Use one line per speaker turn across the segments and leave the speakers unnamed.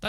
大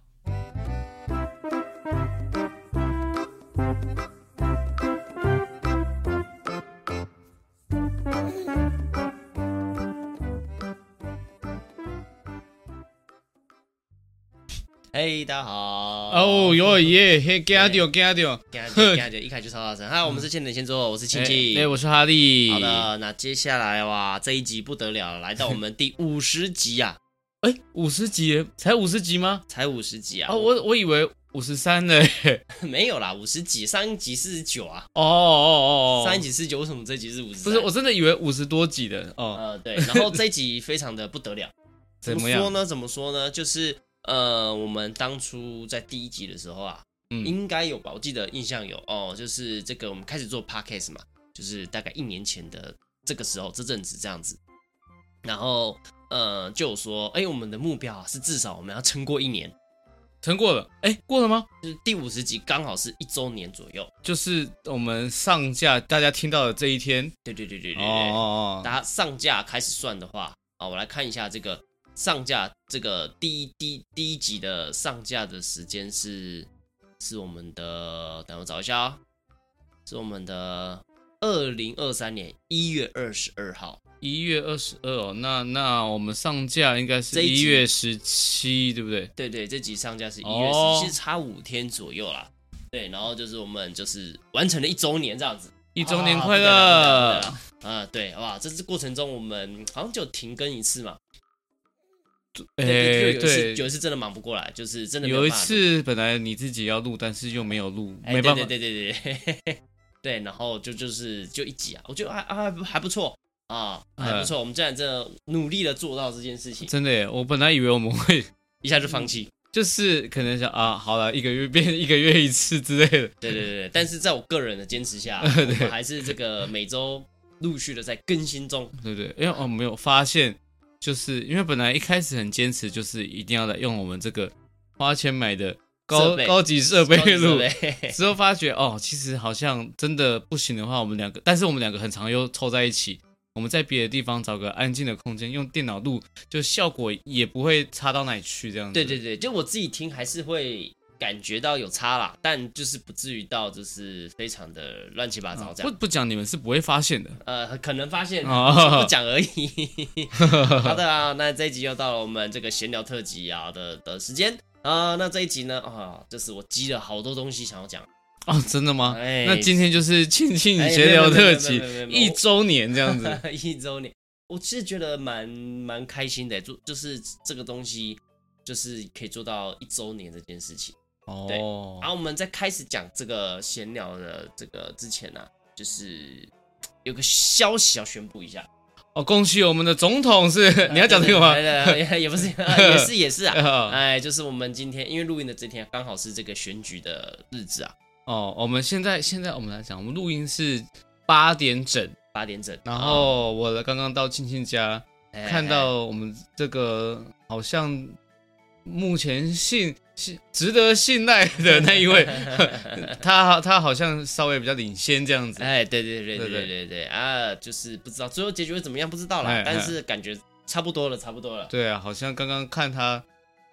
嘿，大家好。
哦哟耶，嘿，惊到惊到！
感觉感觉一开始就超大声。嗨，我们是现点现做，我是庆庆。
哎，哎我是哈利。
好，
嗯
的，那接下来哇，这一集不得了，来到我们第五十集 啊，
哎，五十集才五十集吗？
才五十集啊。
哦，我我以为五十三呢。
没有啦，五十集，上一集四十九啊，
哦哦哦，
上一集四十九，为什么这集是五十？
不是，我真的以为五十多集的哦。
呃，对，然后这一集非常的不得了，
怎么
么说
样？
呢？怎么说呢？就是呃，我们当初在第一集的时候啊，
嗯
应该有吧？我记得印象有哦，就是这个我们开始做 podcast 嘛，就是大概一年前的这个时候，这阵子这样子，然后呃，就有说，哎，我们的目标啊是至少我们要撑过一年，
成果了？哎，过了吗？
就是第五十集刚好是一周年左右。
就是我们上架大家听到的这一天。
对对对对对
哦
对。
哦哦，
大家上架开始算的话，啊，我来看一下这个上架这个第一第一第一集的上架的时间是是我们的，等我找一下哦，是我们的二零二三年一月二十二号，
一月二十二哦，那那我们上架应该
这
是
一
一
集啊
月十七，对不对？
对对，这集上架是一月
哦
十，其实差五天左右啦。对，然后就是我们就是完成了一周年这样子，
一周年快
啊
乐！！
对啊，对，哇，这次过程中我们好像就停更一次嘛，
哎
对，就有一次
对，
有一次真的忙不过来，就是真的没
有一
办法
次本来你自己要录，但是又没有录，
哎
没办法。
对对对对对，对，然后就就是就一集啊，我觉得还还还不错啊，还不错，我们这样真的努力的做到这件事情，
真的耶，我本来以为我们会
一下就放弃，
就是可能想啊，好了，一个月变一个月一次之类的。
对对对对，但是在我个人的坚持下，我们还是这个每周陆续的在更新中，
对对，因为我没有发现，就是因为本来一开始很坚持，就是一定要来用我们这个花钱买的高
设备
高级设备
高级设
录。
备
之后发觉哦，其实好像真的不行的话，我们两个，但是我们两个很常又凑在一起。我们在别的地方找个安静的空间，用电脑录，就效果也不会差到哪里去，这样子。
对对对，就我自己听还是会。感觉到有差啦，但就是不至于到就是非常的乱七八糟这
不
样，
不讲你们是不会发现的。
呃，可能发现
哦
不 讲而已。好的啊，那这一集又到了我们这个闲聊特辑啊的的时间啊、那这一集呢啊，就是我积了好多东西想要讲，
哦，真的吗？
哎
那今天就是庆庆
哎
闲聊特辑
没有没有没有没有没有
一周年这样子。
一周年，我其实觉得蛮蛮开心的，做就是这个东西就是可以做到一周年这件事情。啊
哦
然，后我们在开始讲这个闲聊的这个之前呢、就是有个消息要宣布一下，
哦，恭喜我们的总统是你要讲这个吗
对？对对也不是， 也是也是啊。
哦
哎，就是我们今天因为录音的这天刚好是这个选举的日子啊，
哦，我们现在现在我们来讲，我们录音是八点整，
八点整，
然
啊
后我刚刚到庆庆家，
哎
看
哎
到我们这个好像目前信信值得信赖的那一位， 他好他好像稍微比较领先这样子。
哎，对对对
对
对
对
对对对啊，就是不知道最后结局会怎么样，不知道
哎
啦
哎，
但是感觉差不多了，差不多了。
对啊，好像刚刚看他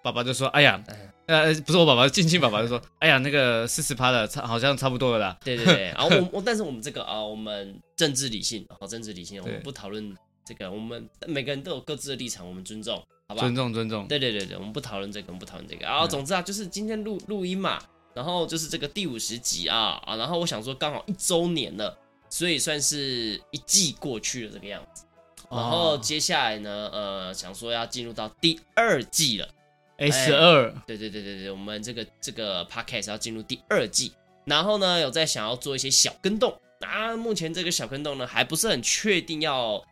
爸爸就说：“哎呀，
嗯
呃，不是我爸爸，静静爸爸就说：‘哎呀，那个四十趴的，差好像差不多了啦。
对 对对，然后我我但是我们这个啊，我们政治理性，好政治理性，我们
对
不讨论这个，我们每个人都有各自的立场，我们尊重，好’吧
尊？重尊重。
对对对对，我们不讨论这个，我们不讨论这个。啊，总之啊，就是今天录录音嘛，然后就是这个第五十集啊啊，然后我想说刚好一周年了，所以算是一季过去了这个样子。然后
哦
接下来呢，呃，想说要进入到第二季了。
A
哎
十二，
对对对对对，我们这个这个 podcast 要进入第二季，然后呢，有在想要做一些小跟动。啊，目前这个小跟动呢，还不是很确定要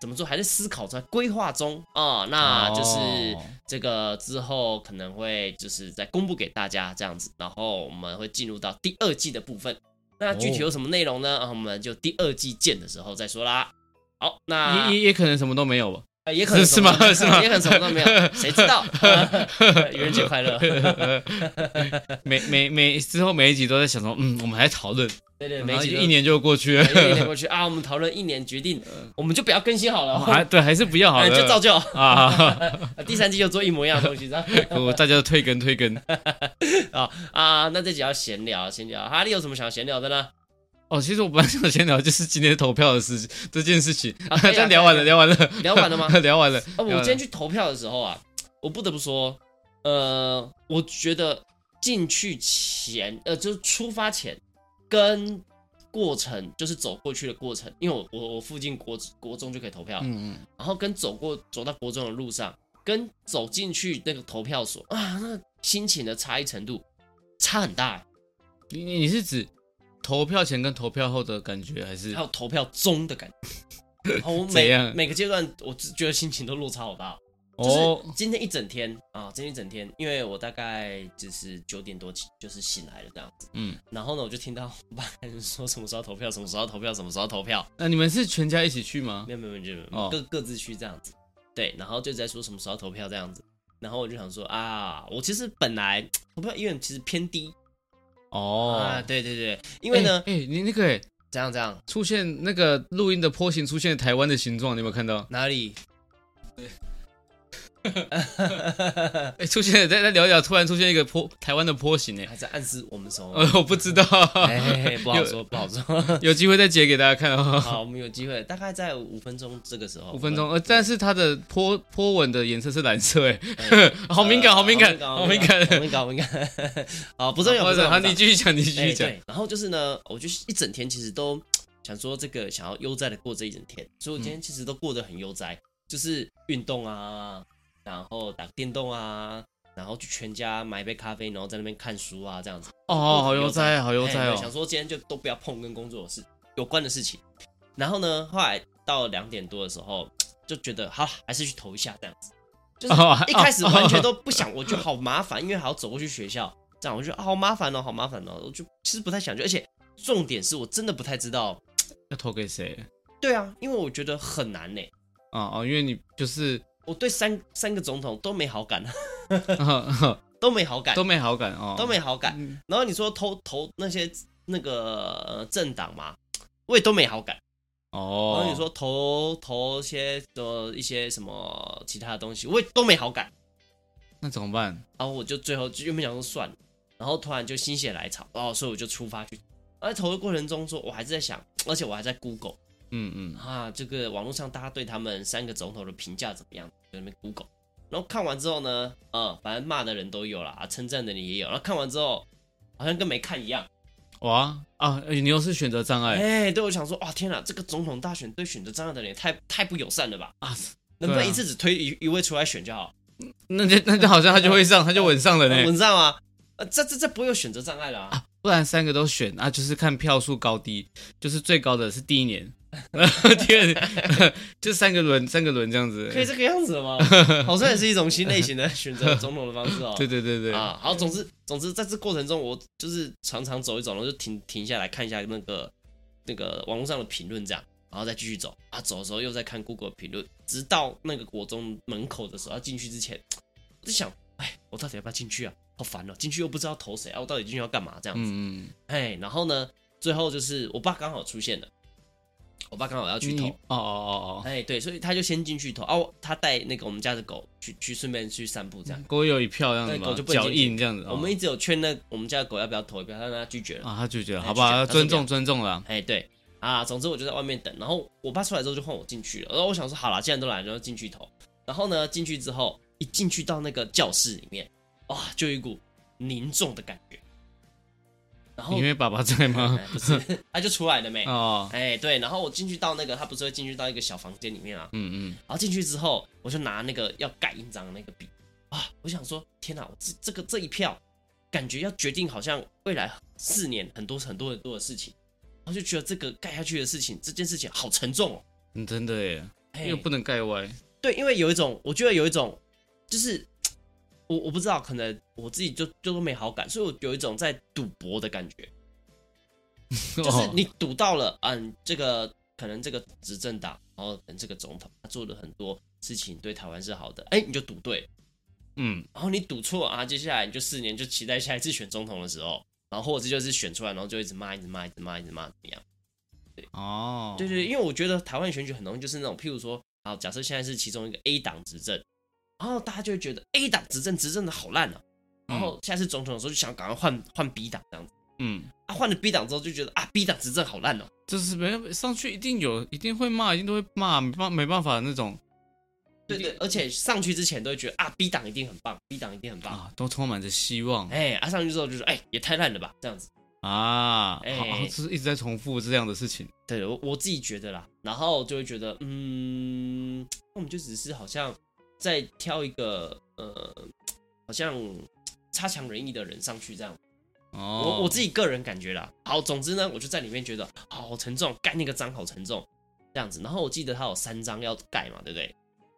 怎么做，还在思考在规划中啊、那就是
哦
这个之后可能会就是再公布给大家这样子，然后我们会进入到第二季的部分。那具体有什么内容呢？啊，我们就第二季见的时候再说啦。好，那
也也也可能什么都没有吧。
呃也可能
是
什么
是吗是吗
也可能什么都没有，谁知 道？呃愚人节快乐！
每每每之后每一集都在想说，嗯，我们还讨论，
对对，
嗯
每
然后
集
一年就过去了，
一 年过去啊，我们讨论一年决定，我们就不要更新好 了，
哦 还对，还是不要好
哎
了，
就照旧，
啊，
第三季就做一模一样的东西，然后
我大家都退更退更。
啊啊，那这集要闲聊，闲聊，哈利有什么想闲聊的呢？
哦，其实我本来想先聊就是今天投票的事情这件事情，
啊可以 啊
但聊完了，
可以
聊完了，
聊 完了吗？
聊完了。
哦，我
聊完
今天
了
去投票的时候啊，我不得不说，呃，我觉得进去前，呃，就是出发前跟过程，就是走过去的过程，因为我我我附近国国中就可以投票，
嗯嗯，
然后跟走过走到国中的路上，跟走进去那个投票所啊，那个心情的差异程度差很大欸，
嗯你你你是指投票前跟投票后的感觉，还是
还有投票中的感觉。 然后我
怎
每
样
每个阶段，我只觉得心情都落差好大
哦
哦。就是今天一整天啊，今天一整天，因为我大概就是九点多起就是醒来了这样子，
嗯？
然后呢，我就听到我爸开始说什么时候投票，什么时候投票，什么时候投票，
那你们是全家一起去吗
没？有没有没有没有，
哦
各各自去这样子，对，然后就在说什么时候投票这样子，然后我就想说啊，我其实本来投票意愿其实偏低啊，
哦，
对对对，因为呢，
哎，哎你那个哎
怎样怎样，
出现那个录音的坡形出现台湾的形状，你有没有看到？
哪里？
哎，出现在在聊一聊，突然出现一个坡台湾的坡形哎，
还在暗示我们什么？
呃，我不知道，
哦哎、嘿嘿不好说，不好说。
有机会再截给大家看哦。
好，我们有机会，大概在五分钟这个时候，
五分钟，呃，但是它的波波纹的颜色是蓝色， 哎，
哎
好敏感，好敏感，
好
好
敏
敏
感，
感。哦
好敏感，好敏感。好，不重要，不
或
重
者
要。
好，
不重要
你继续讲，你继
哎
续讲。
对，然后就是呢，我就是一整天其实都想说这个想要悠哉的过这一整天，所以我今天其实都过得很悠哉，就是运动啊，然后打电动啊，然后去全家买一杯咖啡，然后在那边看书啊，这样子。
哦，好悠哉，好悠哉
哎对想
哦。
说今天就都不要碰跟工作的事有关的事情。然后呢，后来到两点多的时候，就觉得好，还是去投一下这样子。就是
哦
一开始完全都不想，我就好麻烦，因为还要走过去学校，这样我就啊好麻烦哦，好麻烦哦，我就其实不太想去，而且重点是我真的不太知道。
要投给谁？
对啊，因为我觉得很难呢，
啊哦，因为你就是
我对三三个总统都没好感，
啊
都没好感，
都没好感哦，
都没好感。
嗯。
然后你说投投那些那个呃政党嘛，我也都没好感。然
哦
后，你说投投些呃一些什么其他的东西，我也都没好感。
那怎么办？
然后我就最后就原本想说算了，然后突然就心血来潮，哦，所以我就出发去。而投的过程中说，我还是在想，而且我还在 Google
嗯嗯，
啊，这个网络上大家对他们三个总统的评价怎么样？就在那边 Google。然后看完之后呢，呃，反正骂的人都有啦，啊称赞的人也有。然后看完之后，好像跟没看一样。
哇啊，哎你又是选择障碍
哎，对我想说，哇，天哪，这个总统大选对选择这样的人也太太不友善了吧？
啊？
能不能
对啊
一次只推一一位出来选就好？
那就那就好像他就会上，他就稳上了呢。
文章啊，呃，这这这不会有选择障碍了啊！
不然三个都选，那、就是看票数高低，就是最高的是第一年， 第二 年就三个轮，三个轮这样子。
可以这个样子的 吗？好像也是一种新类型的选择总统的方式哦。
对对对对，
啊，好，总之总之，在这过程中，我就是常常走一走，然后就停停下来看一下那个那个网络上的评论，这样，然后再继续走啊，走的时候又在看 Google 评论，直到那个国中门口的时候，要进去之前，我就想，哎，我到底要不要进去啊？好烦哦，进去又不知道投谁啊，我到底进去要干嘛？这样子。
嗯嗯，
哎，然后呢，最后就是我爸刚好出现了，我爸刚好要去
你
投
哦，哦哦哦
哎，对，所以他就先进去投哦，他带那个我们家的狗去去，顺便去散步这样
哦，。狗有一票这样子
对狗
嘛
就，不能
脚
进去
印这样子。哦
我们一直有劝那我们家的狗要不要投一票，但他拒绝了。
啊，他拒绝了，
哎
好吧，
拒绝
尊重尊重啦。
哎，对啊，总之我就在外面等，然后我爸出来之后就换我进去了，然后我想说好啦，既然都来了，然后进去投。然后呢，进去之后一进去到那个教室里面，哇、就有一股凝重的感觉。然后
因为爸爸在吗
哦哎？不是，他就出来了没？
哦，
哎，对，然后我进去到那个，他不是会进去到一个小房间里面啊，
嗯嗯，
然后进去之后，我就拿那个要盖印章的那个笔啊，我想说，天哪，我这这个这一票，感觉要决定好像未来四年很多很多很多的事情，然后就觉得这个盖下去的事情，这件事情好沉重哦，
嗯真的耶，因
哎
为，不能盖歪。
对，因为有一种，我觉得有一种，就是我我不知道，可能我自己就就都没好感，所以我有一种在赌博的感觉。就是
哦
你赌到了，嗯，这个可能这个执政党，然后可能这个总统他做了很多事情对台湾是好的，哎，你就赌对，
嗯，
然后你赌错啊，接下来你就四年就期待下一次选总统的时候，然后或者是就是选出来，然后就一直骂，一直骂，一直骂，一直骂，怎么样？
哦，
对对，对因为我觉得台湾选举很容易就是那种，譬如说，好，假设现在是其中一个 A 党执政，然后大家就会觉得 A 党执政执政的好烂啊，然后下次总统的时候就想赶快换换 B 党这样子，
嗯，
啊，换了 B 党之后就觉得啊 B 党执政好烂哦、
就是没上去一定有，一定会骂，一定都会骂，没办没办法那种
对对，而且上去之前都会觉得啊 B 党一定很棒，B 党一定很棒，
啊，都充满着希望
哎、啊上去之后就说哎也太烂了吧这样子，
啊，
哎
好，就是一直在重复这样的事情，
对我我自己觉得啦，然后就会觉得嗯，那我们就只是好像在挑一个呃，好像差强人意的人上去这样。
哦，
我我自己个人感觉啦。好，总之呢，我就在里面觉得好沉重，盖那个章好沉重，这样子。然后我记得它有三张要盖嘛，对不对？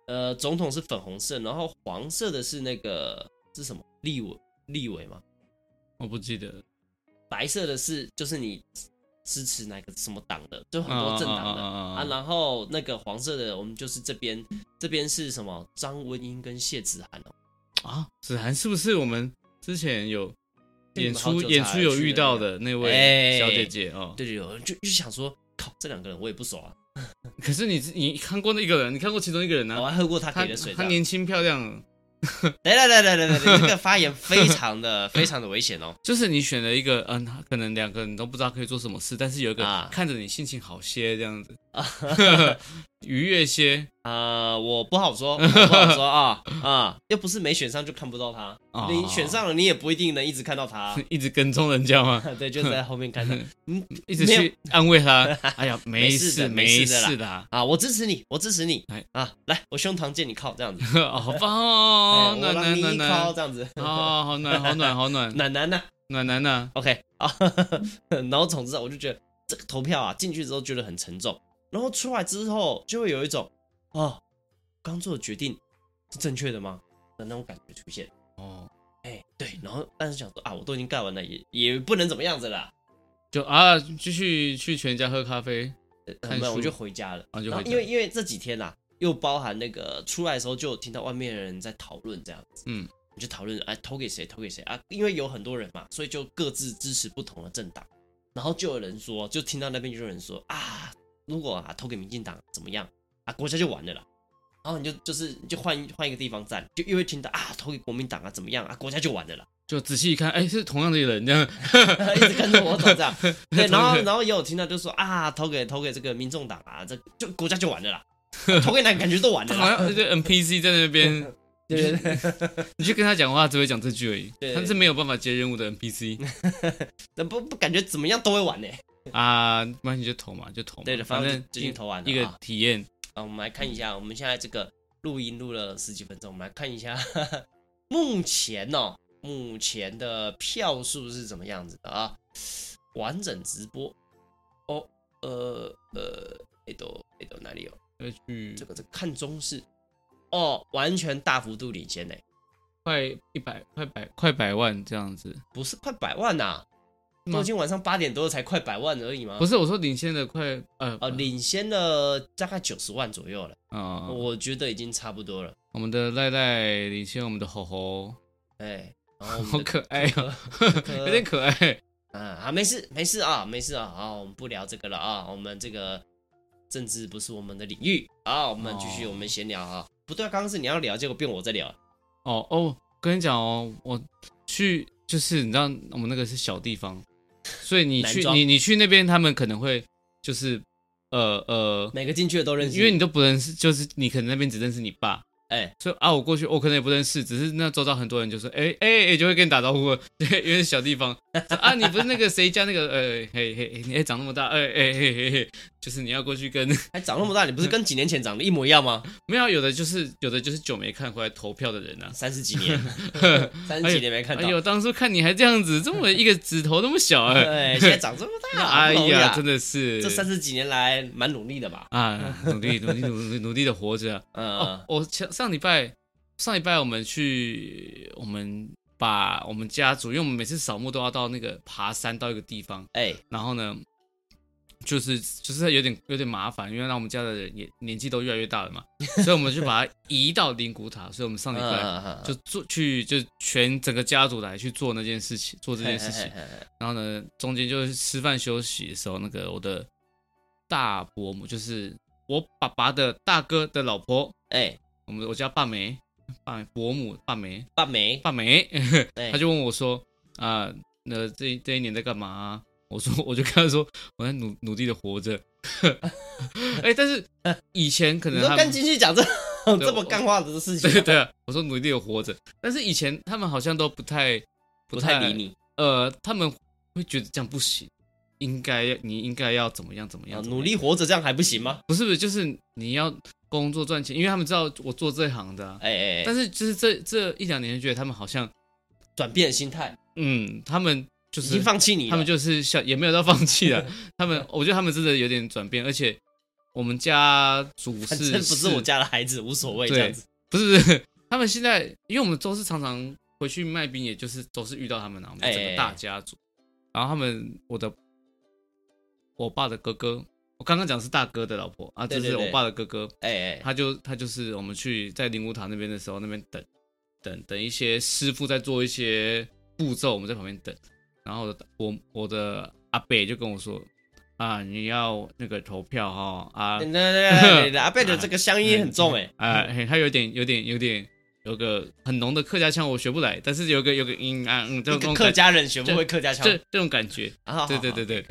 呃，总统是粉红色，然后黄色的是那个是什么？立委立委嘛，
我不记得，
白色的是就是你支持哪个什么党的，就很多政党
啊啊
的
啊啊啊
啊。然后那个黄色的，我们就是这边这边是什么？张文英跟谢子涵哦。
啊，子涵是不是我们之前有
对
演
我
出
们好久才
演出有遇到
去
的那
哎
位小姐姐哦？
对对对，就就想说，靠，这两个人我也不熟啊，
可是你你看过那个人，你看过其中一个人呢、
我
啊？
还喝过哦他
她
给的水。
她
这样
年轻漂亮，
来来来来来来，你这个发言非常的非常的危险哦。
就是你选了一个，嗯，可能两个人都不知道可以做什么事，但是有一
啊
个看着你心情好些这 样子，愉悦些
呃，我不好说，我不好说啊啊，又不是没选上就看不到他，
哦
你选上了你也不一定能一直看到他。
一直跟踪人家吗？
对，就在后面看他
一直
没有
去安慰 他，哎呀，
没事
事
的没
没
事的啦
事的啊，
啊，我支持你，我支持你
哎，
啊，来，我胸膛借你靠，这样子，
哦 好棒
哎
哦，
我
暖
让
男暖
你靠
男，
这样子，
哦，好暖好暖好 暖
暖男呢
暖男呐，
？OK 啊，然后总之啊，我就觉得这个投票啊，进去之后觉得很沉重，然后出来之后就会有一种啊，刚做的决定是正确的吗的那种感觉出现。
哦，
哎，对，然后但是想说啊，我都已经盖完了，也也不能怎么样子啦，
就啊，继续去全家喝咖啡
呃
看
没有，
书
我就回家了。
啊，就
然后
回家
因为因为这几天啦、又包含那个出来的时候就有听到外面的人在讨论这样子，
嗯，
就讨论哎投给谁投给谁啊，因为有很多人嘛，所以就各自支持不同的政党，然后就有人说，就听到那边就有人说啊，如果啊投给民进党怎么样啊，国家就完了啦。然后你就就是你就换一换一个地方站，就因为听到啊投给国民党啊怎么样啊，国家就完了啦。
就仔细一看，哎，是同样的人这样，
一直跟着我走这样。 对，然后然后也有听到就说啊，投给投给这个民众党啊，这就国家就完 了啦，投给哪个感觉都完了
好
啦。
像这 NPC 在那边，
对对 对，
你去跟他讲话，只会讲这句而已，
对
他是没有办法接任务的 NPC
那不不感觉怎么样都会完呢、
啊，不然你就投嘛，就投嘛，
对的，
反
反正
正
就最近投完了
一个
啊
体验，
啊，我们来看一下，我们现在这个录音录了十几分钟，我们来看一下 目前哦，目前的票数是怎么样子的啊？完整直播哦，呃呃，哎都哎都哪里有？
要去
这个这个看中式哦，完全大幅度领先呢、
快一百快百快百万这样子，
不是快百万呐、
是吗
都已经晚上八点多了才快百万而已吗？
不
是，
是我说领先的快呃
呃，领先了大概九十万左右了，
啊，
我觉得已经差不多了。
我们的赖赖领先我们的吼吼，
哎，然后
好
我们的
可爱哦，
可
有点可爱，
啊啊，没事没事啊，没事啊，好，我们不聊这个了啊，我们这个政治不是我们的领域啊，我们继续
哦
我们闲聊啊。不对啊，刚刚是你要聊，结果变我在聊。
哦哦，跟你讲哦，我去就是你知道我们那个是小地方，所以你
男
去
装
你你去那边，他们可能会就是呃呃，
每个进去的都认识，
因为你都不认识，就是你可能那边只认识你爸，
哎，
所以啊我过去我可能也不认识，只是那周遭很多人就说哎哎哎就会跟你打招呼了， 对，因为是小地方说啊你不是那个谁家那个呃嘿嘿嘿，你还长那么大哎哎嘿嘿嘿，就是你要过去跟
还长那么大，
嗯
你不是跟几年前长得一模一样吗？
没有有的就是有的就是久没看回来投票的 人啊，
三十几 年，三十几年没看到。
哎呦，当初看你还这样子，这么一个指头那么小哎、
对，现在长这么 大，
哎
不容易
呀，
啊
真的是
这三十几年来蛮努力的吧？
啊，努力努力努力努力的活着、哦
嗯，，
我前上礼拜上礼拜我们去，我们把我们家族，因为我们每次扫墓都要到那个爬山到一个地方，
哎，
然后呢，就是就是有点有点麻烦，因为让我们家的人也年纪都越来越大 了嘛，所以我们就把它移到灵骨塔。所以我们上礼拜
嗯
就做去就全整个家族来去做那件事情，做这件事情。
嘿嘿嘿嘿
然后呢，中间就是吃饭休息的时候，那个我的大伯母就是我爸爸的大哥的老婆，
哎，
我们我叫爸梅， 爸伯母爸梅
爸梅，
爸梅，
哎
他就问我说啊，那、这这一年在干嘛啊、我说 我就跟他说我在努努力的活着。 哎、但是以前可
你
能
都
他
跟
们
进去讲这这么
我
干话的事情，
对对啊，我说努力的活着，但是以前他们好像都不太
不太理你，
呃，他们会觉得这样不行，应该要你应该要怎么样怎么
啊
样，
努力活着这样还不行吗？
不是不是，就是你要工作赚钱，因为他们知道我做这行的啊、
哎哎，哎
但是就是这这一两年，觉得他们好像，
转变心态，
嗯，他们就
已
是
经放弃你了，
他们就是像也没有到放弃 了，他们我觉得他们真的有点转变，而且我们家族
反
是
正不是我，家的孩子，无所谓
对
这样子。
不是不是，他们现在因为我们都是常常回去卖冰，也就是都是遇到他们啊，我们整
哎哎哎
个大家族，然后他们我的我爸的哥哥，我刚刚讲是大哥的老婆啊，
对
这
对
是
对
我爸的哥哥，
哎哎，
他就他就是我们去在灵武堂那边的时候，那边等等等一些师傅在做一些步骤，我们在旁边等。然后我的我我的阿北就跟我说啊，你要那个投票哈、啊
那那 那阿贝的这个乡音很重哎，
啊，嘿他有点有点有点有个很浓的客家腔，我学不来，但是有个有个嗯啊嗯这
一
种感
个客家人学不会客家腔
这，这种感觉，
啊好
对对
好
对对。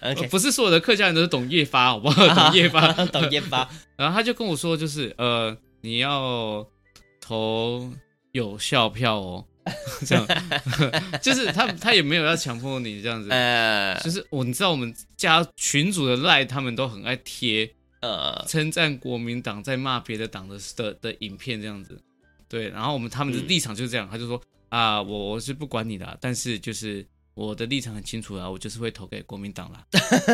好 ，OK，啊
不是所有的客家人都懂夜发，好不好？懂夜发，
懂烟巴，
然后他就跟我说，就是呃，你要投有效票哦， 这样，就是他他也没有要强迫你这 样子，
呃
就是我你知道我们家群主的赖他们都很爱贴
呃，
称赞国民党在骂别的党的的的影片这样子，对，然后我们他们的
嗯
立场就是这样，他就说啊，我我是不管你的啊、但是就是。我的立场很清楚啊，我就是会投给国民党啦。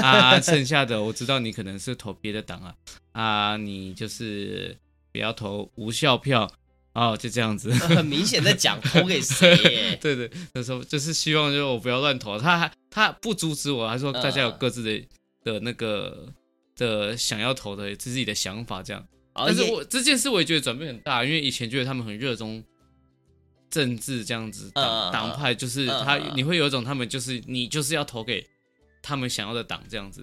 啊，剩下的我知道你可能是投别的党啊，啊，你就是不要投无效票哦，就这样子。，
很明显在讲 投给谁耶
对对，那时候就是希望就是我不要乱投，啊他还他不阻止我，他说大家有各自的、的那个的想要投的自己的想法这样。
哦
但是
也
我这件事我也觉得转变很大，因为以前觉得他们很热衷政治这样子
嗯
党
嗯
党派，就是
嗯
他
嗯嗯
你会有一种他们就是你就是要投给他们想要的党这样子。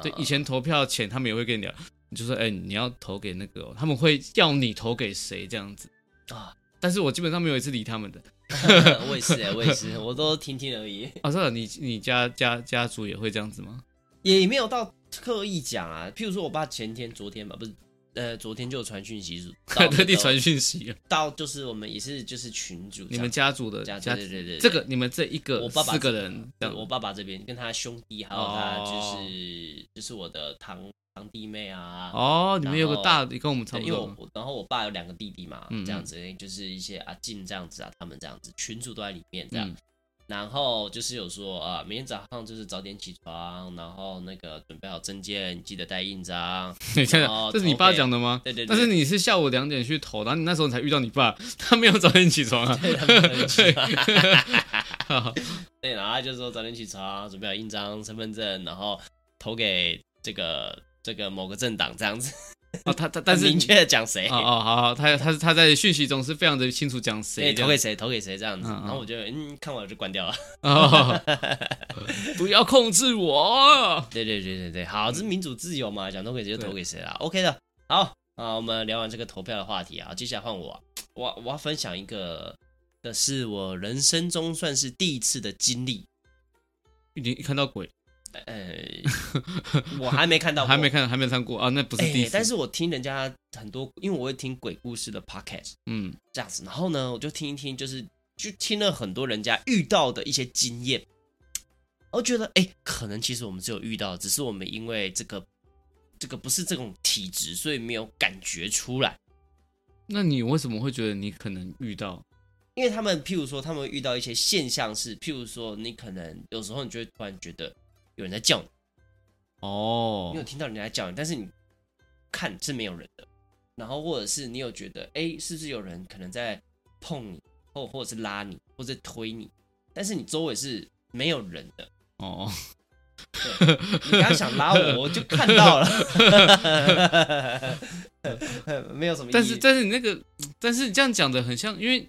对，以前投票前他们也会跟你聊，你就说，哎、你要投给那个哦、他们会要你投给谁这样子
啊
啊。但是我基本上没有一次理他们的。
我也是哎，我也是，我都听听而已，
啊，算了，你你家家家族也会这样子吗？
也没有到刻意讲啊。譬如说我爸前天、昨天吧，不是。呃，昨天就有传 讯息，到
特地传讯息，啊
到就是我们也是就是群主这样，
你们家族的
家
家
对对对对
这个你们这一个
我爸爸
四个人这
对
样，哦
我爸爸这边跟他兄弟，还有他就是、就是我的堂堂弟妹啊。
哦，你们有个
然后
大的跟我们差
对，
不
因为
多
我
吗，
我然后我爸有两个弟弟嘛，
嗯嗯
这样子就是一些阿进这样子啊，他们这样子群主都在里面这样。
嗯
然后就是有说啊，明天早上就是早点起床，然后那个准备好证件，记得带印章。
你看
然后
看，这是你
投
爸
哦给
讲的吗？
对对对，
但是你是下午两点去投，然后你那时候才遇到你爸， 他没有早点起床啊。
对他们很奇怪
好
对，然后他就说早点起床，准备好印章、身份证，然后投给这个这个某个政党这样子。
哦，他他但是
很明确的讲谁
哦，哦好好，他他他在讯息中是非常的清楚讲
对，
谁这
投
样
给谁，投给谁这样子。
嗯嗯
然后我就嗯，看完我就关掉了。
哦，不要控制我。
对对对对对，
嗯
好，这是民主自由嘛，想投给谁就投给谁啦，OK 啊的。好，啊，我们聊完这个投票的话题啊，接下来换我，我我要分享一个，这是我人生中算是第一次的经历。
你看到鬼
呃，我还没看到 过，
还没看还没看过啊？那不是
哎，
第一次，
但是我听人家很多，因为我会听鬼故事的 podcast
嗯
这样子，然后呢，我就听一听，就是就听了很多人家遇到的一些经验，我觉得哎、诶可能其实我们是有遇到，只是我们因为这个这个不是这种体质，所以没有感觉出来。
那你为什么会觉得你可能遇到？
因为他们，譬如说，他们会遇到一些现象是，譬如说，你可能有时候你就会突然觉得有人在叫你，
哦
你有，听到人家在叫你，但是你看是没有人的，然后或者是你有觉得，哎、是不是有人可能在碰你，或或者是拉你，或者推你，但是你周围是没有人的，
哦，
你刚刚想拉我，我就看到了， 没有什么意义。
但是但是你那个，但是你这样讲的很像，因为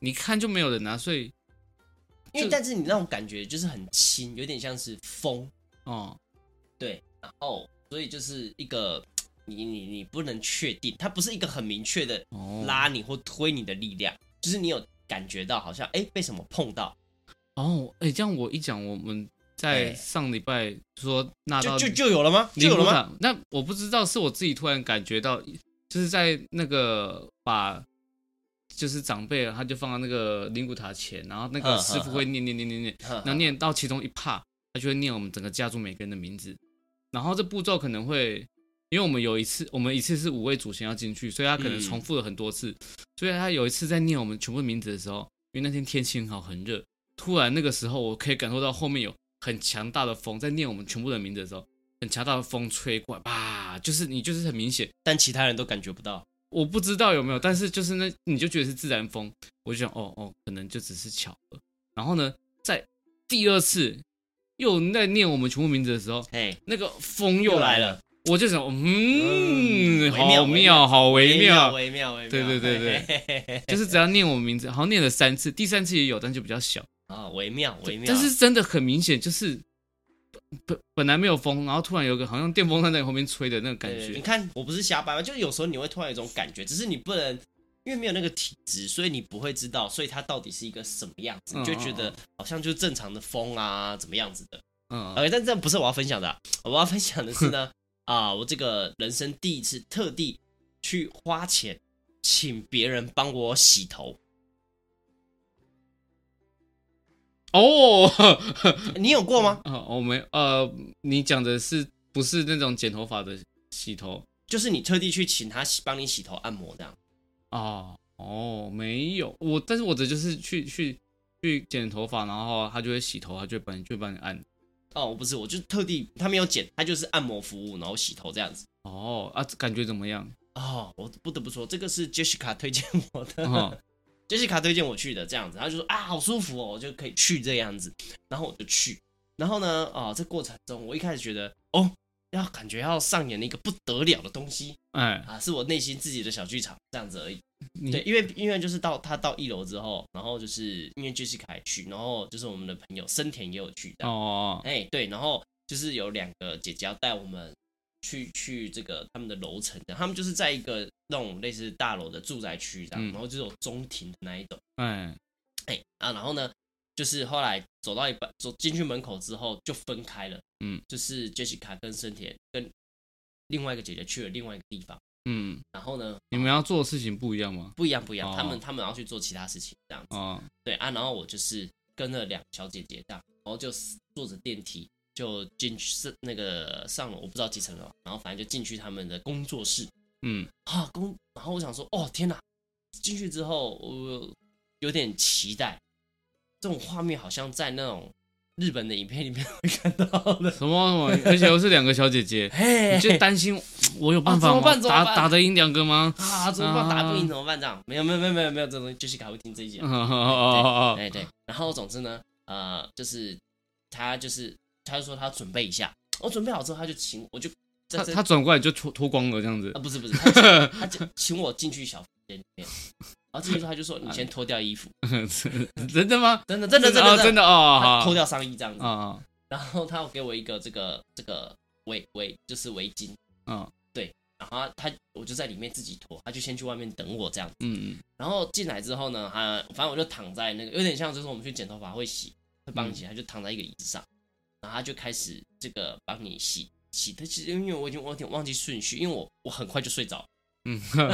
你看就没有人拿、啊所以
因为
就
但是你那种感觉就是很轻，有点像是风，
哦，
对，然后所以就是一个你你你不能确定，它不是一个很明确的
哦
拉你或推你的力量，就是你有感觉到好像哎、被什么碰到，
哦，哎、这样我一讲，我们在
哎
上礼拜说纳
就
到
就就有了吗？就
零
有了
工
吗？
厂，那我不知道是我自己突然感觉到，就是在那个把。就是长辈，他就放到那个灵骨塔前，然后那个
嗯
师傅会念念念念念，
哼
然后念到其中一 part，他就会念我们整个家族每个人的名字。然后这步骤可能会，因为我们有一次，我们一次是五位祖先要进去，所以他可能
嗯
重复了很多次。所以他有一次在念我们全部名字的时候，因为那天天气很好，很热，突然那个时候我可以感受到后面有很强大的风在念我们全部的名字的时候，很强大的风吹过来，啪，就是你就是很明显。
但其他人都感觉不到。
我不知道有没有，但是就是那你就觉得是自然风，我就想哦哦，可能就只是巧合。然后呢，在第二次又在念我们全部名字的时候，
嘿，
那个风又来了，
了，
我就想嗯，
嗯
好
微妙微
妙，
妙
好微
妙，
妙，
微妙，微妙。
对对对对
对，
就是只要念我们名字，好像念了三次，第三次也有，但就比较小。
啊，微妙，微妙。
但是真的很明显，就是本本本来没有风，然后突然有一个好像电风扇在你后面吹的那个感
对你
觉，
看，我不是瞎掰吗？就是有时候你会突然有一种感觉，只是你不能。因为没有那个体质，所以你不会知道，所以它到底是一个什么样子，
嗯
你就觉得好像就是正常的风啊，怎么样子的。
嗯，
呃，但这样不是我要分享的啊、我要分享的是呢，啊，我这个人生第一次特地去花钱请别人帮我洗头。
哦，
你有过吗？
啊，我没呃，你讲的是不是那种剪头发的洗头
就是你特地去请他洗，帮你洗头按摩这样。
啊？哦，没有，我但是我的就是去去去剪头发，然后他就会洗头，他就会帮你就会帮你按。
哦，我不是，我就特地他没有剪，他就是按摩服务，然后洗头这样子。
哦啊，这感觉怎么 样？
哦，我不得不说，这个是 Jessica 推荐我的、
哦
j e s s i c a 推荐我去的这样子，她就说啊，好舒服哦，我就可以去这样子，然后我就去，然后呢，啊、这过程中我一开始觉得哦，要感觉要上演了一个不得了的东西
哎，
啊，是我内心自己的小剧场这样子而已。
你
对，因为因为就是到他到一楼之后，然后就是因为 Jessica 也去，然后就是我们的朋友森田也有去的，
哦，
哎、对，然后就是有两个姐姐要带我们去去这个他们的楼层，这样他们就是在一个那种类似大楼的住宅区这样，
嗯
然后就是有中庭的那一种，
哎，
哎、啊，然后呢，就是后来走到一半，走进去门口之后就分开了，
嗯，
就是 Jessica 跟森田跟另外一个姐姐去了另外一个地方，
嗯，
然后呢
你们要做的事情不一样吗？
不一样不一样，他
哦
们他们要去做其他事情这样子，
哦，
对啊，然后我就是跟了两个小姐姐这样，然后就坐着电梯就进去是那个上了我不知道几层楼，然后反正就进去他们的工作室
嗯，
啊工，然后我想说哦天哪，进去之后我有点期待，这种画面好像在那种日本的影片里面 会看到的，，
什么什么，而且又是两个小姐姐
嘿
你就担心我有办法
啊怎
吗
么办？怎么
打
办
打得赢两个吗？
啊怎么办打不赢
啊
怎么办这样？没有没有没有没有没有这种东西，杰西卡会听这一集啊哎
哦。哦哦
对对，然后总之呢，呃，就是他就是他就说他准备一下，我准备好之后他就请我就在
他
这
他转过来就脱脱光了这样子
啊。不是不是，他 请他就请我进去小房间里面，然后进去之后他就说你先脱掉衣服，
真的吗？
真的真的真
哦
的
真
的，
的哦，
他
好
脱掉上衣这样子，
啊
然后他有给我一个这个这个围围就是围巾，
啊
然后他我就在里面自己脱，他就先去外面等我这样子。
嗯
然后进来之后呢，他反正我就躺在那个，有点像就是我们去剪头发会洗，会帮你洗，他就躺在一个椅子上，然后他就开始这个帮你洗洗的，其实因为我已经我有点忘记顺序，因为我我很快就睡着了，
嗯 嗯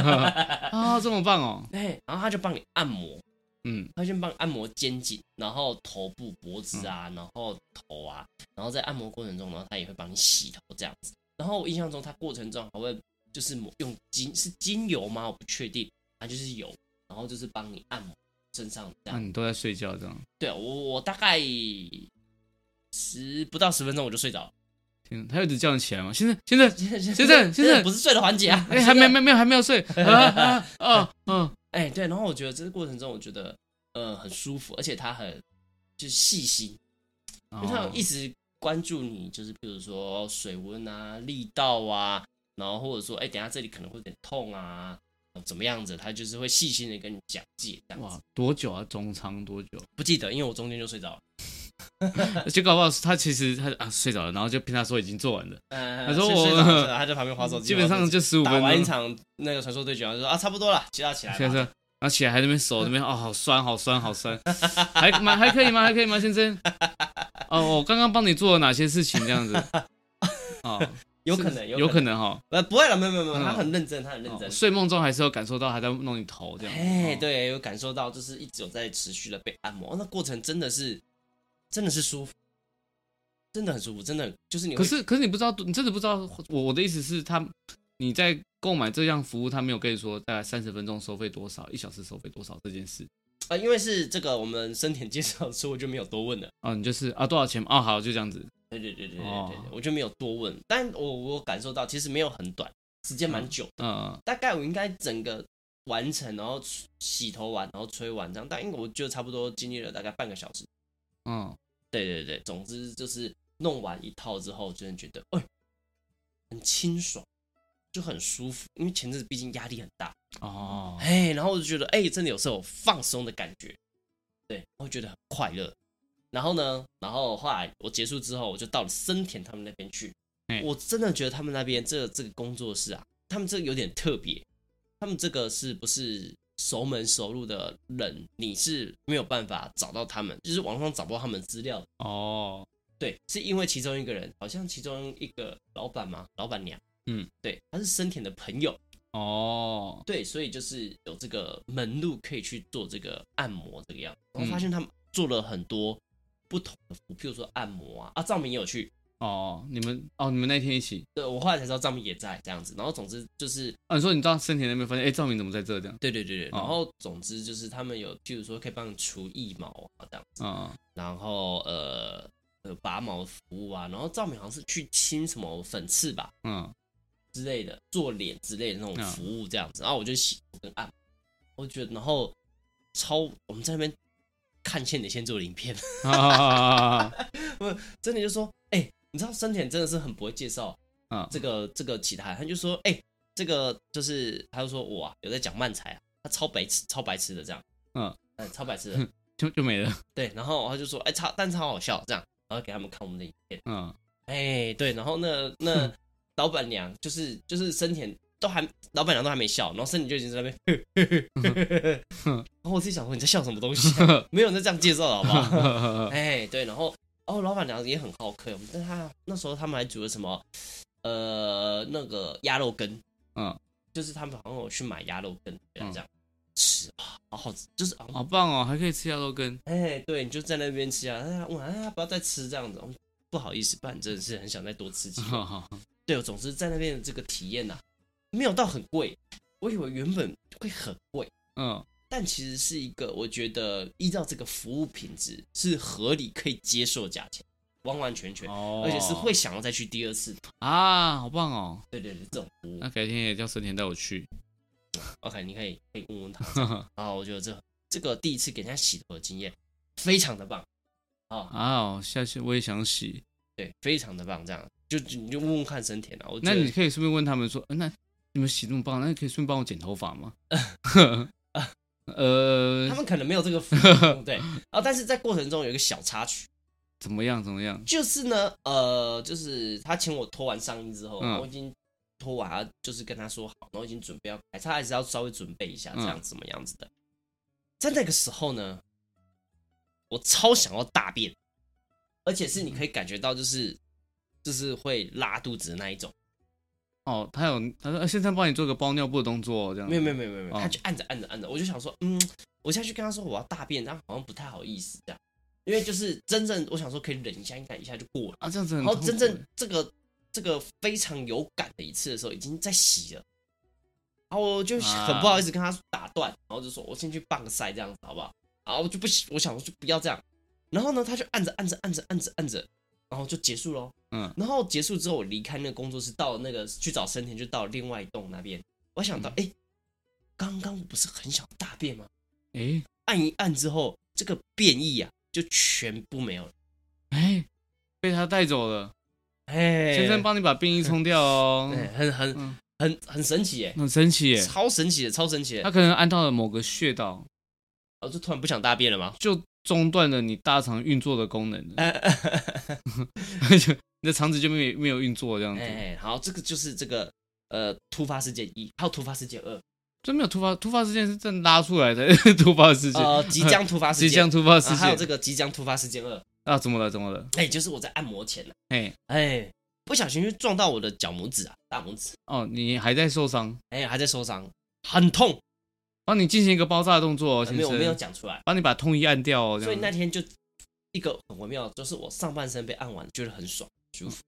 啊，这么棒哦，
哎，然后他就帮你按摩，
嗯
他先帮你按摩肩颈，然后头部、脖子啊，
嗯
然后头啊，然后在按摩过程中，然后他也会帮你洗头这样子。然后我印象中，他过程中还会就是抹用精是精油吗？我不确定，他就是油，然后就是帮你按摩身上这
那
样。
你都在睡觉这样，
对我我大概十不到十分钟我就睡着了。
天，他一直叫你起来吗？先生先生，
先生
先生
现在不是睡的环节啊，
哎，还没没没有还没有睡啊啊啊啊，
哎对，然后我觉得这个过程中，我觉得呃很舒服，而且他很就是细心，因为他有
哦
一直关注你，就是比如说水温啊、力道啊，然后或者说，哎、等一下这里可能会有点痛啊，哦怎么样子，他就是会细心的跟你讲解这样子
哇。，多久啊？中仓多久？
不记得，因为我中间就睡着了。
就搞不好他其实他啊睡着了，然后就骗他说已经做 完了，
呃
他说
睡
我
睡着了他在旁边划手机，
基本上就十五
打
分
完一
钟。
场那个传说对决，然后就说啊差不多了，其他 起来
先生，
吧。
然后啊起来还在那边 手那边哦，好酸，好酸，好酸，还蛮还可以吗？还可以吗，先 生？哦，我刚刚帮你做了哪些事情？这样子，哦，
有可能，
有
可
能哈、
能，呃，不会了，没有没有没有，
嗯
他很认真，他很认
哦，
真。
睡梦中还是有感受到还在弄你头这样。
哎，
哦，
对，有感受到，就是一直有在持续的被按摩，那过程真的是，真的是舒服，真的很舒服，真的就是你会
可是可是你不知道，你真的不知道，我我的意思是他，你在购买这项服务，他没有跟你说大概三十分钟收费多少，一小时收费多少这件事。
呃，因为是这个我们森田介绍的，所以我就没有多问了。
哦，你就是啊多少钱？哦，好，就这样子。
对对对对对对
哦
对，我就没有多问，但我我感受到其实没有很短，时间蛮久，
嗯，
大概我应该整个完成，然后洗头完，然后吹完这样，但因为我就差不多经历了大概半个小时。
嗯，
对对对，总之就是弄完一套之后，真的觉得，哎、很清爽，就很舒服。因为前阵子毕竟压力很大，
哦，
哎，然后我就觉得，哎，真的有时候有放松的感觉，对，我觉得很快乐。然后呢，然后后来我结束之后，我就到了森田他们那边去
哎。
我真的觉得他们那边这这个工作室啊，他们这个有点特别，他们这个是不是熟门熟路的人，你是没有办法找到他们，就是网上找不到他们资料的
哦，
对，是因为其中一个人，好像其中一个老板嘛，老板娘，
嗯，
对，他是森田的朋友，
哦，
对，所以就是有这个门路可以去做这个按摩这个样子。我
嗯
发现他们做了很多不同的服务，譬如说按摩啊，啊，藏民也有去，
哦，你们哦，你们那天一起。
对我后来才知道藏民也在这样子。然后总之就是，
啊，你说你到森田那边发现，哎、赵明怎么在这这样？
对对对对，
哦
然后总之就是他们有，譬如说可以帮你除腋毛啊这样子，
啊、
然后呃呃拔毛服务啊，然后藏民好像是去清什么粉刺吧。
嗯，
之类的，做脸之类的那种
嗯
服务这样子，然后我就洗头跟按摩，我觉得然后超我们在那边看欠的先做影片，
啊，
真的就说，哎、你知道森田真的是很不会介绍
嗯
这个这个其他人，他就说，哎、这个就是他就说我啊有在讲漫才啊，他超白痴超白痴的这样，
嗯
嗯超白痴的，
哼就就没了。
对，然后他就说，哎、超但超好笑这样，然后给他们看我们的影片。
嗯，
哎，对，然后那那老板娘就是就是森田都还老板娘都还没笑，然后森田就已经在那边，然 后我自己想说你在笑什么东西啊、 没有人在这样介绍的好不好？ 哎，对，然后哦，老板娘也很好客，但她那时候他们还煮了什么呃那个鸭肉羹，
嗯，
就是他们好像有去买鸭肉羹这样
嗯
这样吃啊，好好吃，就是啊
好棒哦，还可以吃鸭肉羹。
哎，对，你就在那边吃啊，哎呀，我哎呀不要再吃这样子，不好意思，不然真的是很想再多 吃几口。对，总之在那边的这个体验呐、啊没有到很贵，我以为原本会很贵，
嗯，
但其实是一个我觉得依照这个服务品质是合理可以接受的价钱，完完全全，
哦，
而且是会想要再去第二次的。
啊，好棒哦。
对对对，这种服务
那改天也叫森田带我去。
，OK，你可以可以问问他。 啊，我觉得这这个第一次给人家洗头的经验非常的棒啊，
啊，哦下次我也想洗。
对，非常的棒，这样就就你就问问看森田啊，我觉
那你
得
可以顺便问他们说，呃那你们洗这么棒，那可以顺便帮我剪头发 吗？呃
他，们可能没有这个 服务，对啊，但是在过程中有一个小插曲。
怎么样？怎么样？
就是呢，呃，就是他请我脱完上衣之后，
嗯
我已经脱完啊，就是跟他说好，然后已经准备要开，他还是要稍微准备一下，这
嗯
样怎么样子的。在那个时候呢，我超想要大便，而且是你可以感觉到，就是就是会拉肚子的那一种。
哦，他有，他说呃现在帮你做个包尿布的动作哦，这样。
没有没有没有没有，没有
哦
他就按着按着按着，我就想说，嗯，我下去跟他说我要大便，他好像不太好意思这样，因为就是真正我想说可以忍一下，应该一下就过了。
啊，这样子很
然后
痛苦
真正
欸
这个这个非常有感的一次的时候，已经在洗了，然后我就很不好意思跟他打断，然后就说我先去办个赛这样子好不好？然后我就不喜，我想说就不要这样，然后呢他就按着按着按着按着按着，然后就结束喽。
嗯
然后结束之后我离开那个工作室，到了那个去找森田，就到另外一栋那边，我想到哎、诶刚刚我不是很想大便吗？
哎
按一按之后，这个便意啊就全部没有了。
哎被他带走了。
哎，
先生帮你把病疫冲掉哦，
哎，很很
嗯
很很神奇耶，
很神奇耶。
超神奇的，超神奇的。
他可能按到了某个穴道，
哦，就突然不想大便了吗？
就中断了你大肠运作的功能了，
哎，
就 你的肠子就没有没有运作这样子。
哎好，这个就是这个呃突发事件一，还有突发事件二，
真没有突发突发事件是真拉出来的 突发事件，
呃，即将突发 事
即
件
将，突发
啊
事
还有这
件
个即将突发事件二，
啊？怎么了？怎么了？
哎，就是我在按摩前呢，
哎，
哎，不小心就撞到我的脚拇指啊，大拇指，
哦，你还在受伤，
哎，还在受伤，很痛，
帮你进行一个包扎的动作哦，
呃
先
没有我没有
生，
讲出来，
帮你把痛一按掉哦，
所
这
以那
样子。
天就一个很微妙，就是我上半身被按完觉得很爽舒
嗯
服，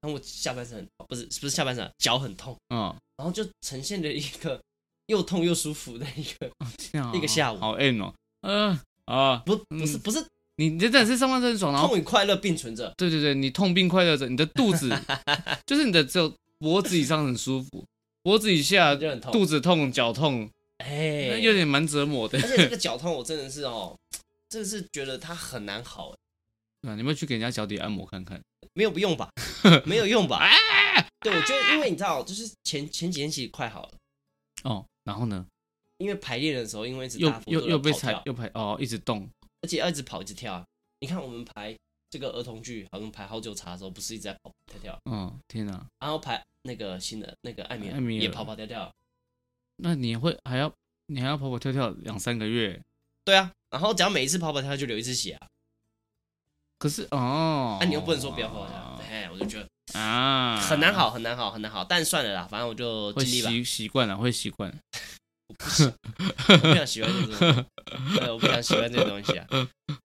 然后我下半身很不是不是下半身啊脚很痛，
嗯，
然后就呈现了一个 又痛又舒服的一个，
这样啊
一个下午
好 M 哦，嗯哦啊，
不不是不是
你你这真的是上半身很爽，然后
痛与快乐并存着，
对对对，你痛并快乐着，你的肚 子就是你的只有脖子以上很舒服，脖子以下
就很痛
肚子痛、脚痛，
哎，
那有点蛮折磨的。
而且这个脚痛我真的是哦，真的是觉得它很难好，哎
对啊你们去给人家脚底按摩看看。
没有不 用吧，没有用吧，
啊
对，我觉得因为你知道，就是前前几天其实快好了。
哦，然后呢，
因为排练的时候，因为一直
又
大幅度
又
地
又被
跑跳
踩，又排哦，一直动。
而且要一直跑一直跳啊。你看我们排这个儿童剧，好像排好久茶的时候，不是一直在跑跑跳跳，
嗯，天哪，
然后排那个新的那个艾米尔
艾米尔
也跑跑跳跳。
那你会还要你还要跑跑跳跳两三个月？
对啊，然后只要每一次跑跑跳跳就流一次血啊，
可是哦，
啊你又不能说不要跑跑跳跳，哎，我就觉得
啊，
很难，好，很难好，很难好。但算了啦，反正我就
会
尽力吧。
习习惯了，会习惯。
我不想喜欢这 种，对，我不想喜欢这个东西啊。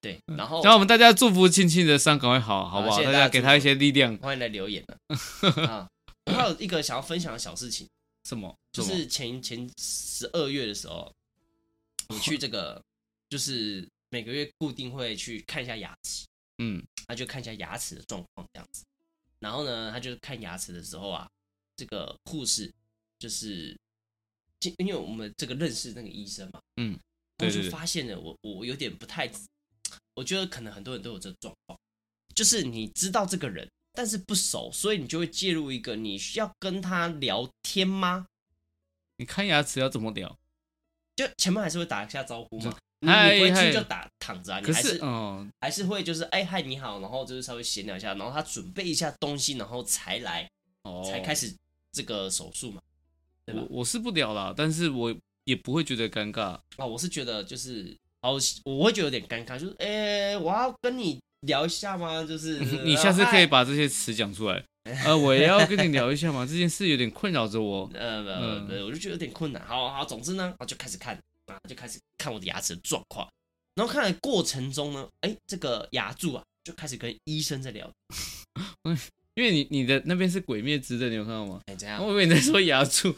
对，然后
然后我们大家祝福亲戚的伤赶快好，好不
好
好？
哦啊谢谢
大
大家
家给他一
祝福
些力量。
欢迎来留言啊。啊，我还有一个想要分享的小事情。
什么？
就
什么
是前前十二月的时候，我去这个就是每个月固定会去看一下牙齿，
嗯
他就看一下牙齿的状况这样子。然后呢，他就是看牙齿的时候啊，这个护士就是进，因为我们这个认识那个医生嘛，
嗯，对
然后就
对对
发现了我我有点不太，我觉得可能很多人都有这个状况，就是你知道这个人，但是不熟，所以你就会介入一个你需要跟他聊天吗？
你看牙齿要怎么聊？
啊就前面还是会打一下招呼嘛。你
嗨
你回去
嗯嗨
就打躺着啊，你
可
还
是
是，
嗯，
还是会就是哎嗨你好，然后就是稍微闲聊一下，然后他准备一下东西，然后才来
哦，
才开始这个手术嘛。对吧
我我是不聊啦，但是我也不会觉得尴尬。
啊，我是觉得就是好，我会觉得有点尴尬，就是哎我要跟你聊一下吗？就是
你下次可以
呃
把这些词讲出 来。呃，我也要跟你聊一下嘛，这 件事有点困扰着我。
嗨呃呃
嗯
呃我就觉得有点困难。好好，总之呢，我就开始看啊，就开始看我的牙齿的状况，然后看的过程中呢，哎这个牙柱啊就开始跟医生在聊，
因为你你的那边是《鬼灭之刃》，你有看到吗？
哎这样。
我以为你在说牙 柱，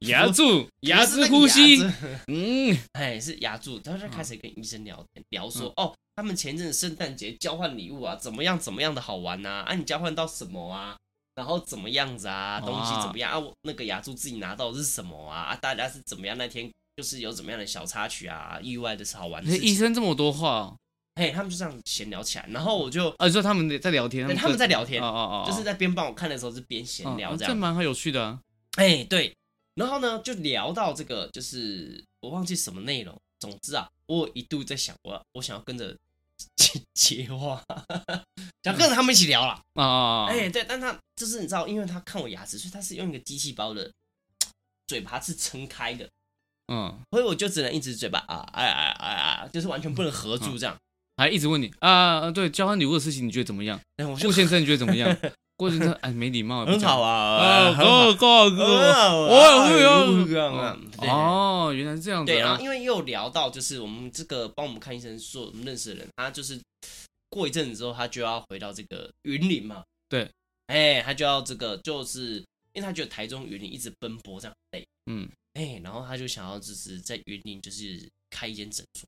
牙柱，牙
齿，
之呼吸。嗯，
哎，是牙柱，他就开始跟医生聊天，聊说、
嗯
哦，他们前阵子圣诞节交换礼物啊，怎么样怎么样的好玩呐、啊？啊，你交换到什么啊？然后怎么样子啊？东西怎么样啊？我那个牙柱自己拿到的是什么啊？啊，大家是怎么样？那天就是有怎么样的小插曲啊，意外的是好玩的
那
事
医
情。
生这么多话哦，
哎，他们就这样闲聊起来，然后我就
啊，你说他们在聊天，
对他们在聊天
哦，哦哦，
就是在边帮我看的时候是边闲
哦
聊
哦
这
这
样。
蛮很有趣的啊。
哎，对，然后呢，就聊到这个，就是我忘记什么内容。总之啊，我有一度在想，我我想要跟着接 接话，想跟着他们一起聊啦。
啊啊，啊
哎，对，但他就是你知道，因为他看我牙齿，所以他是用一个机器把我的嘴巴是撑开的，
嗯，
所以我就只能一直嘴巴啊哎哎哎啊，就是完全不能合住这样。
还一直问你啊，对，交换礼物的事情你觉得怎么样？
哎，我就
郭先生，你觉得怎么样？郭先生，哎，没礼貌，
很好
啊，
啊，
啊，
很好
够够够，
我
哦，
这样啊，对
哦，原来是这样子
对，然
啊
后，因为又聊到就是我们这个帮我们看医生说我们认识的人，他就是过一阵子之后，他就要回到这个云林嘛。
对，
哎，他就要这个，就是因为他觉得台中云林一直奔波这样很累，
嗯，
哎，然后他就想要就是在云林就是开一间诊所。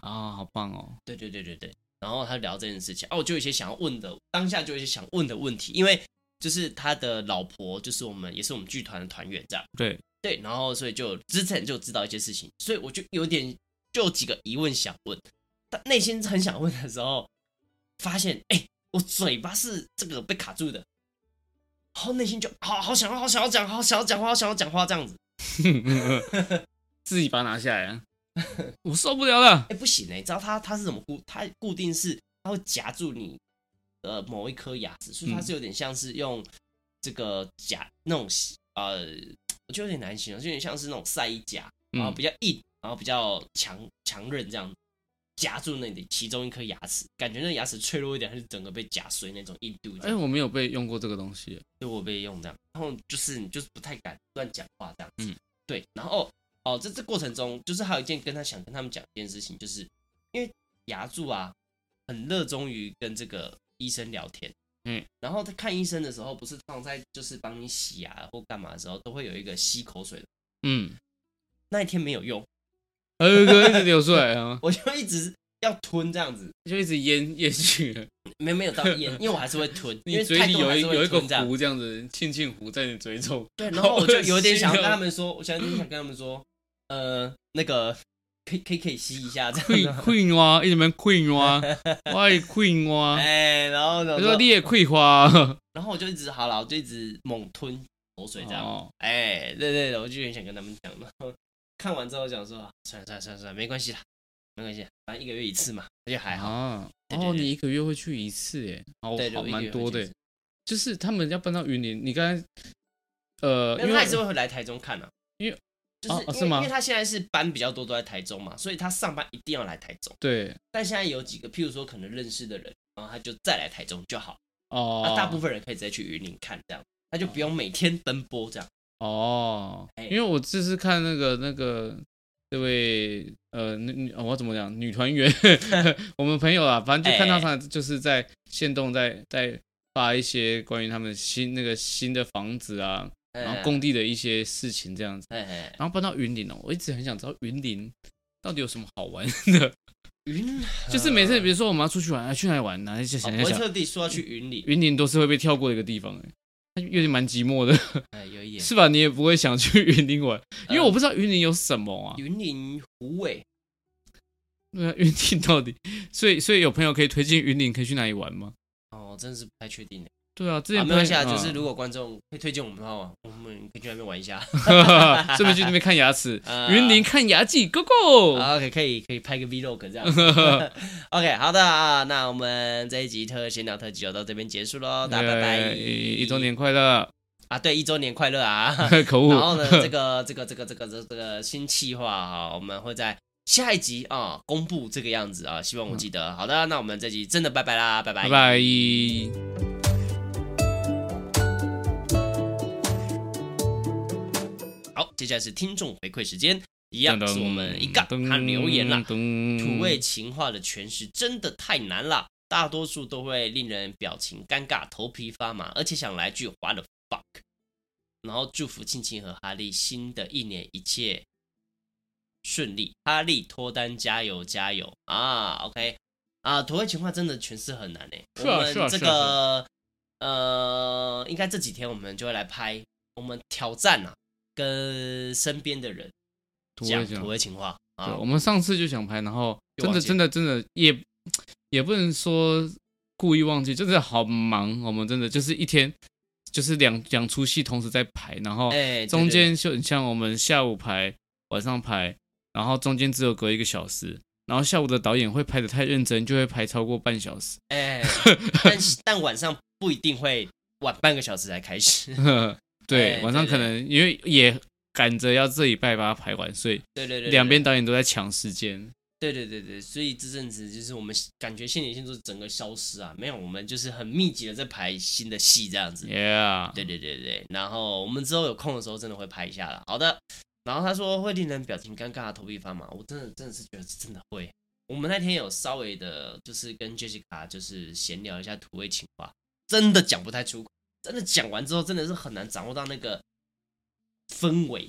啊，好棒哦，
对对对对对，然后他聊这件事情，哦，我就有一些想要问的，当下就有一些想问的问题，因为就是他的老婆就是我们也是我们剧团的团员这样。
对，
对，然后所以就之前就知道一些事情，所以我就有点就有几个疑问想问，但内心很想问的时候，发现哎、我嘴巴是这个被卡住的，然后内心就好好想要，好想要讲，好想要讲话，好想要讲话这样子。
自己把它拿下来、啊，我受不了了。
哎、不行哎、你知道它它是怎么固？它固定是它会夹住你呃某一颗牙齿，所以它
嗯
是有点像是用这个夹那种呃，我觉得有点难形容，就有点像是那种塞衣夹，然后
嗯
比，较硬，然后比较强强韧这样子夹住那里其中一颗牙齿，感觉那牙齿脆弱一点，它就整个被夹碎那种硬度这
哎、
样。
我没有被用过这个东西。
对我被用这样，然后就是你就是不太敢乱讲话这样子，
嗯
对，然后哦，在这过程中，就是还有一件跟他想跟他们讲一件事情，就是因为牙柱啊很热衷于跟这个医生聊天，
嗯，
然后在看医生的时候，不是通常在就是帮你洗牙或干嘛的时候，都会有一个吸口水的，
嗯，
那一天没有用，
还有一个一直流出来啊，
我就一直要吞这样子，
就一直淹淹去了。
没没有到 咽，因为我还是会吞，因
你
为
嘴
太
里
多
有
还
一
是会
有一个
吞这样
壶这样子，沁沁壶在你嘴中。
对，然后我就有点想
好恶
跟
心哦
他们说，我想有点想跟他们说，呃，那个可以可以可以吸一下这
Queen
样子，
Queen 哇，一直边 Queen 哇，我也 Queen 哇。
哎，然后
我
然
说
后
你也啊 Queen 哇。
然后我就一直好了，我就一直猛吞口水这样，
哦，
哎，对对的，我就很想跟他们讲，然后看完之后想说，啊算了算了算了算了，没关系啦，没关系啦，反正一个月一次嘛，那就还好，
啊。
对对
哦，
对
你一个月会去一次耶，哦
对，，
好
就一个月
蛮多
会
的
一
耶
次，。
就是他们要搬到云林，你刚才呃，
但
因
他还是
为
会回来台中看啊，
因为
就是因为
哦、是吗
因为他现在是班比较多都在台中嘛，所以他上班一定要来台中。
对
但现在有几个，譬如说可能认识的人，然后他就再来台中就好。那、
哦，
啊大部分人可以直接去云林看，这样他就不用每天奔波这样。
哦
哎，
因为我这次看那个那个这位呃女女、哦我要怎么讲女团 员，我们朋友啊，反正就看到
哎
她就是在现动在在发一些关于他们新那个新的房子啊，然后
哎
工地的一些事情这样子，
哎哎，
然后搬到云林哦，我一直很想知道云林到底有什么好玩的，
云
就是每次比
如
如说我们要出去玩，啊去哪里玩，哪里想
哦
想
我
想
会
想，
特地说要去云林，
云林都是会被跳过的一个地方、哎，它有点蛮寂寞的。
哎，有一点
是吧？你也不会想去 云林玩，因为
呃
我不知道云林有什么啊。
云林虎尾，
对啊，云林到底，所以所以有朋友可以推荐云林可以去哪里玩吗？
哦，真是不太确定的。
对啊，之
啊，
前
没关系啊，
啊，
就是如果观众会推荐我们的话，我们可以去那边玩一下。
顺便去那边看牙齿，
啊
云林看牙技，Go Go！
啊 OK，可以可以拍个 vlog 这样。OK，好的啊，那我们这一集特闲聊特辑就到这边结束喽，大家拜拜，
呃一周年快乐！
啊，对，一周年快乐啊！
可
然
恶，
后呢，这个 这个这个这个这个这个新计划哈，我们会在下一集啊、公布这个样子啊，希望我记得。好的，那我们这集真的拜拜啦，拜拜，
拜拜。
好，接下来是听众回馈时间，一样是我们一杠他留言啦。土味
嗯
情话的诠释真的太难了，大多数都会令人表情尴尬、头皮发麻，而且想来句 “what the fuck”。然后祝福庆庆和哈利新的一年一切顺利，哈利脱单加油加油啊！OK 啊，土味情话真的诠释很难诶、
是啊
我们
是啊
这
是啊
个呃，应该这几天我们就会来拍，我们挑战啊，跟身边的人
土
讲
味
土
情。
味情话
对
啊
我。们上次就想拍，然后
又
真的
忘记
真的真的也也不能说故意忘记，真的好忙。我们真的就是一天就是两两出戏同时在排，然后
哎，对
中
对
间就很像我们下午排，晚上排，然后中间只有隔一个小时。然后下午的导演会拍的太认真，就会排超过半小时。
哎， 但是但晚上不一定会晚半个小时才开始。
对，
哎
晚上
对
可能因为也赶着要这礼拜把它排完，所以
对对对对，
两边导演都在抢时间。
对对对对，所以这阵子就是我们感觉现年现做整个消失啊，没有，我们就是很密集的在排新的戏这样子。
Yeah，
对对对对，然后我们之后有空的时候真的会拍一下了。好的，然后他说会令人表情尴尬、头皮发麻，我真的真的是觉得是真的会。我们那天有稍微的，就是跟 Jessica 就是闲聊一下土味情话，真的讲不太出口，真的讲完之后真的是很难掌握到那个氛围。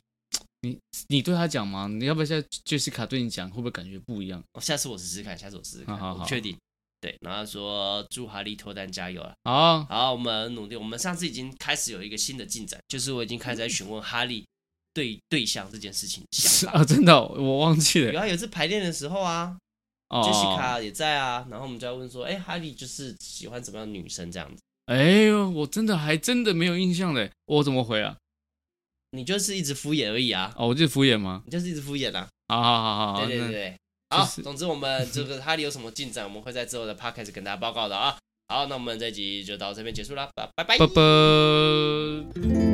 你对他讲吗？你要不要现在 Jessica 对你讲，会不会感觉不一样？
哦，下次我试试看，下次我试试看，
好好
我不
好
确定。对，然后他说祝哈利脱单加油啊！
好，
好，我们努力。我们上次已经开始有一个新的进展，就是我已经开始在询问哈利对对象这件事情的想
是
法。
啊，真的哦、我忘记了
然后有一次排练的时候啊，
哦
Jessica 也在啊，然后我们就要问说，哎、哈利就是喜欢怎么样的女生这样子？
哎呦，我真的还真的没有印象嘞，我怎么回啊？
你就是一直敷衍而已啊，
哦，我就是敷衍吗？
你就是一直敷衍啊。
好好好好好，
对对
哦那
对对，
就
好，
是
总之我们这个哈利有什么进展，我们会在之后的 podcast 跟大家报告的啊。好，那我们这集就到这边结束啦，拜拜拜
拜拜。